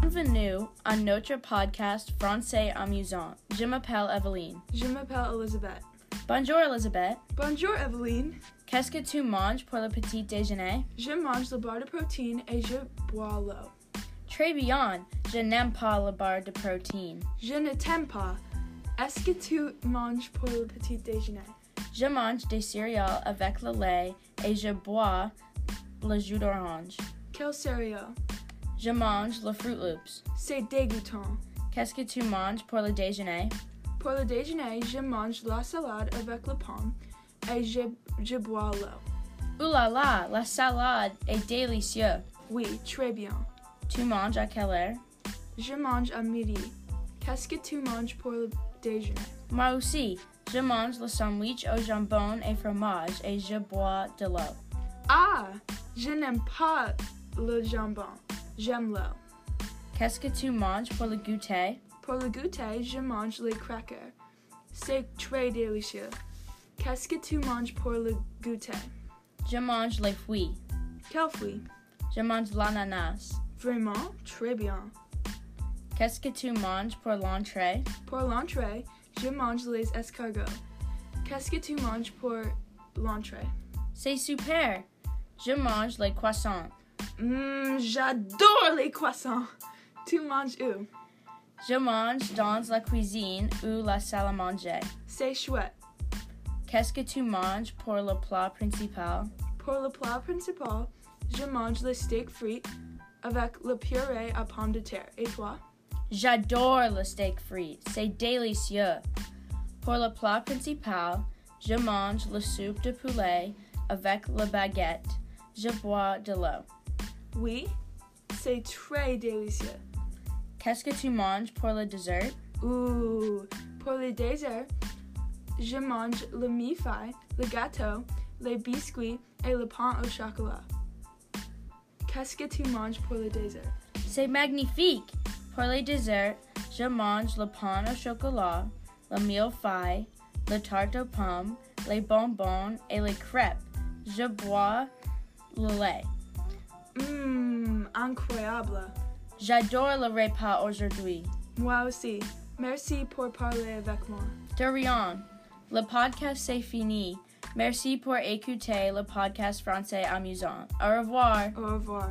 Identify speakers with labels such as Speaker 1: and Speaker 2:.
Speaker 1: bienvenue à notre podcast français amusant. Je m'appelle Eveline.
Speaker 2: Je m'appelle Elizabeth.
Speaker 1: Bonjour Elizabeth.
Speaker 2: Bonjour Eveline.
Speaker 1: Qu'est-ce que tu manges pour le petit déjeuner?
Speaker 2: Je mange la barre de protéines et je bois l'eau.
Speaker 1: Très bien. Je n'aime pas la barre de protéines.
Speaker 2: Je ne t'aime pas. Est-ce que tu manges pour le petit déjeuner?
Speaker 1: Je mange des céréales avec le lait et je bois le jus d'orange.
Speaker 2: Quel céréal?
Speaker 1: Je mange le Fruit Loops.
Speaker 2: C'est dégoûtant.
Speaker 1: Qu'est-ce que tu manges pour le déjeuner?
Speaker 2: Pour le déjeuner, je mange la salade avec la pomme et je, je bois l'eau.
Speaker 1: Ouh là là, la salade est délicieuse.
Speaker 2: Oui, très bien.
Speaker 1: Tu manges à quelle heure?
Speaker 2: Je mange à midi. Qu'est-ce que tu manges pour le déjeuner?
Speaker 1: Moi aussi, je mange le sandwich au jambon et fromage et je bois de l'eau.
Speaker 2: Ah, je n'aime pas le jambon. J'aime l'eau.
Speaker 1: Qu'est-ce que tu manges pour le goûter?
Speaker 2: Pour le goûter, je mange les crackers. C'est très délicieux. Qu'est-ce que tu manges pour le goûter?
Speaker 1: Je mange les fruits.
Speaker 2: Quel fruit?
Speaker 1: Je mange l'ananas.
Speaker 2: Vraiment très bien.
Speaker 1: Qu'est-ce que tu manges pour l'entrée?
Speaker 2: Pour l'entrée, je mange les escargots. Qu'est-ce que tu manges pour l'entrée?
Speaker 1: C'est super. Je mange les croissants.
Speaker 2: Mmm, j'adore les croissants. Tu manges où?
Speaker 1: Je mange dans la cuisine ou la salle à manger.
Speaker 2: C'est chouette.
Speaker 1: Qu'est-ce que tu manges pour le plat principal?
Speaker 2: Pour le plat principal, je mange le steak frites avec le purée à pommes de terre. Et toi?
Speaker 1: J'adore le steak frit. C'est délicieux. Pour le plat principal, je mange le soupe de poulet avec la baguette. Je bois de l'eau.
Speaker 2: Oui, c'est très délicieux.
Speaker 1: Qu'est-ce que tu manges pour le dessert?
Speaker 2: Ouh, pour le dessert, je mange le mi-fi, le gâteau, les biscuits et le pain au chocolat. Qu'est-ce que tu manges pour le dessert?
Speaker 1: C'est magnifique! Pour le dessert, je mange le pain au chocolat, le mille feuille, le tarte aux pommes, les bonbons et les crêpes. Je bois le lait.
Speaker 2: Mmm, incroyable.
Speaker 1: J'adore le repas aujourd'hui.
Speaker 2: Moi aussi. Merci pour parler avec moi.
Speaker 1: De rien. Le podcast c'est fini. Merci pour écouter le podcast français amusant. Au revoir.
Speaker 2: Au revoir.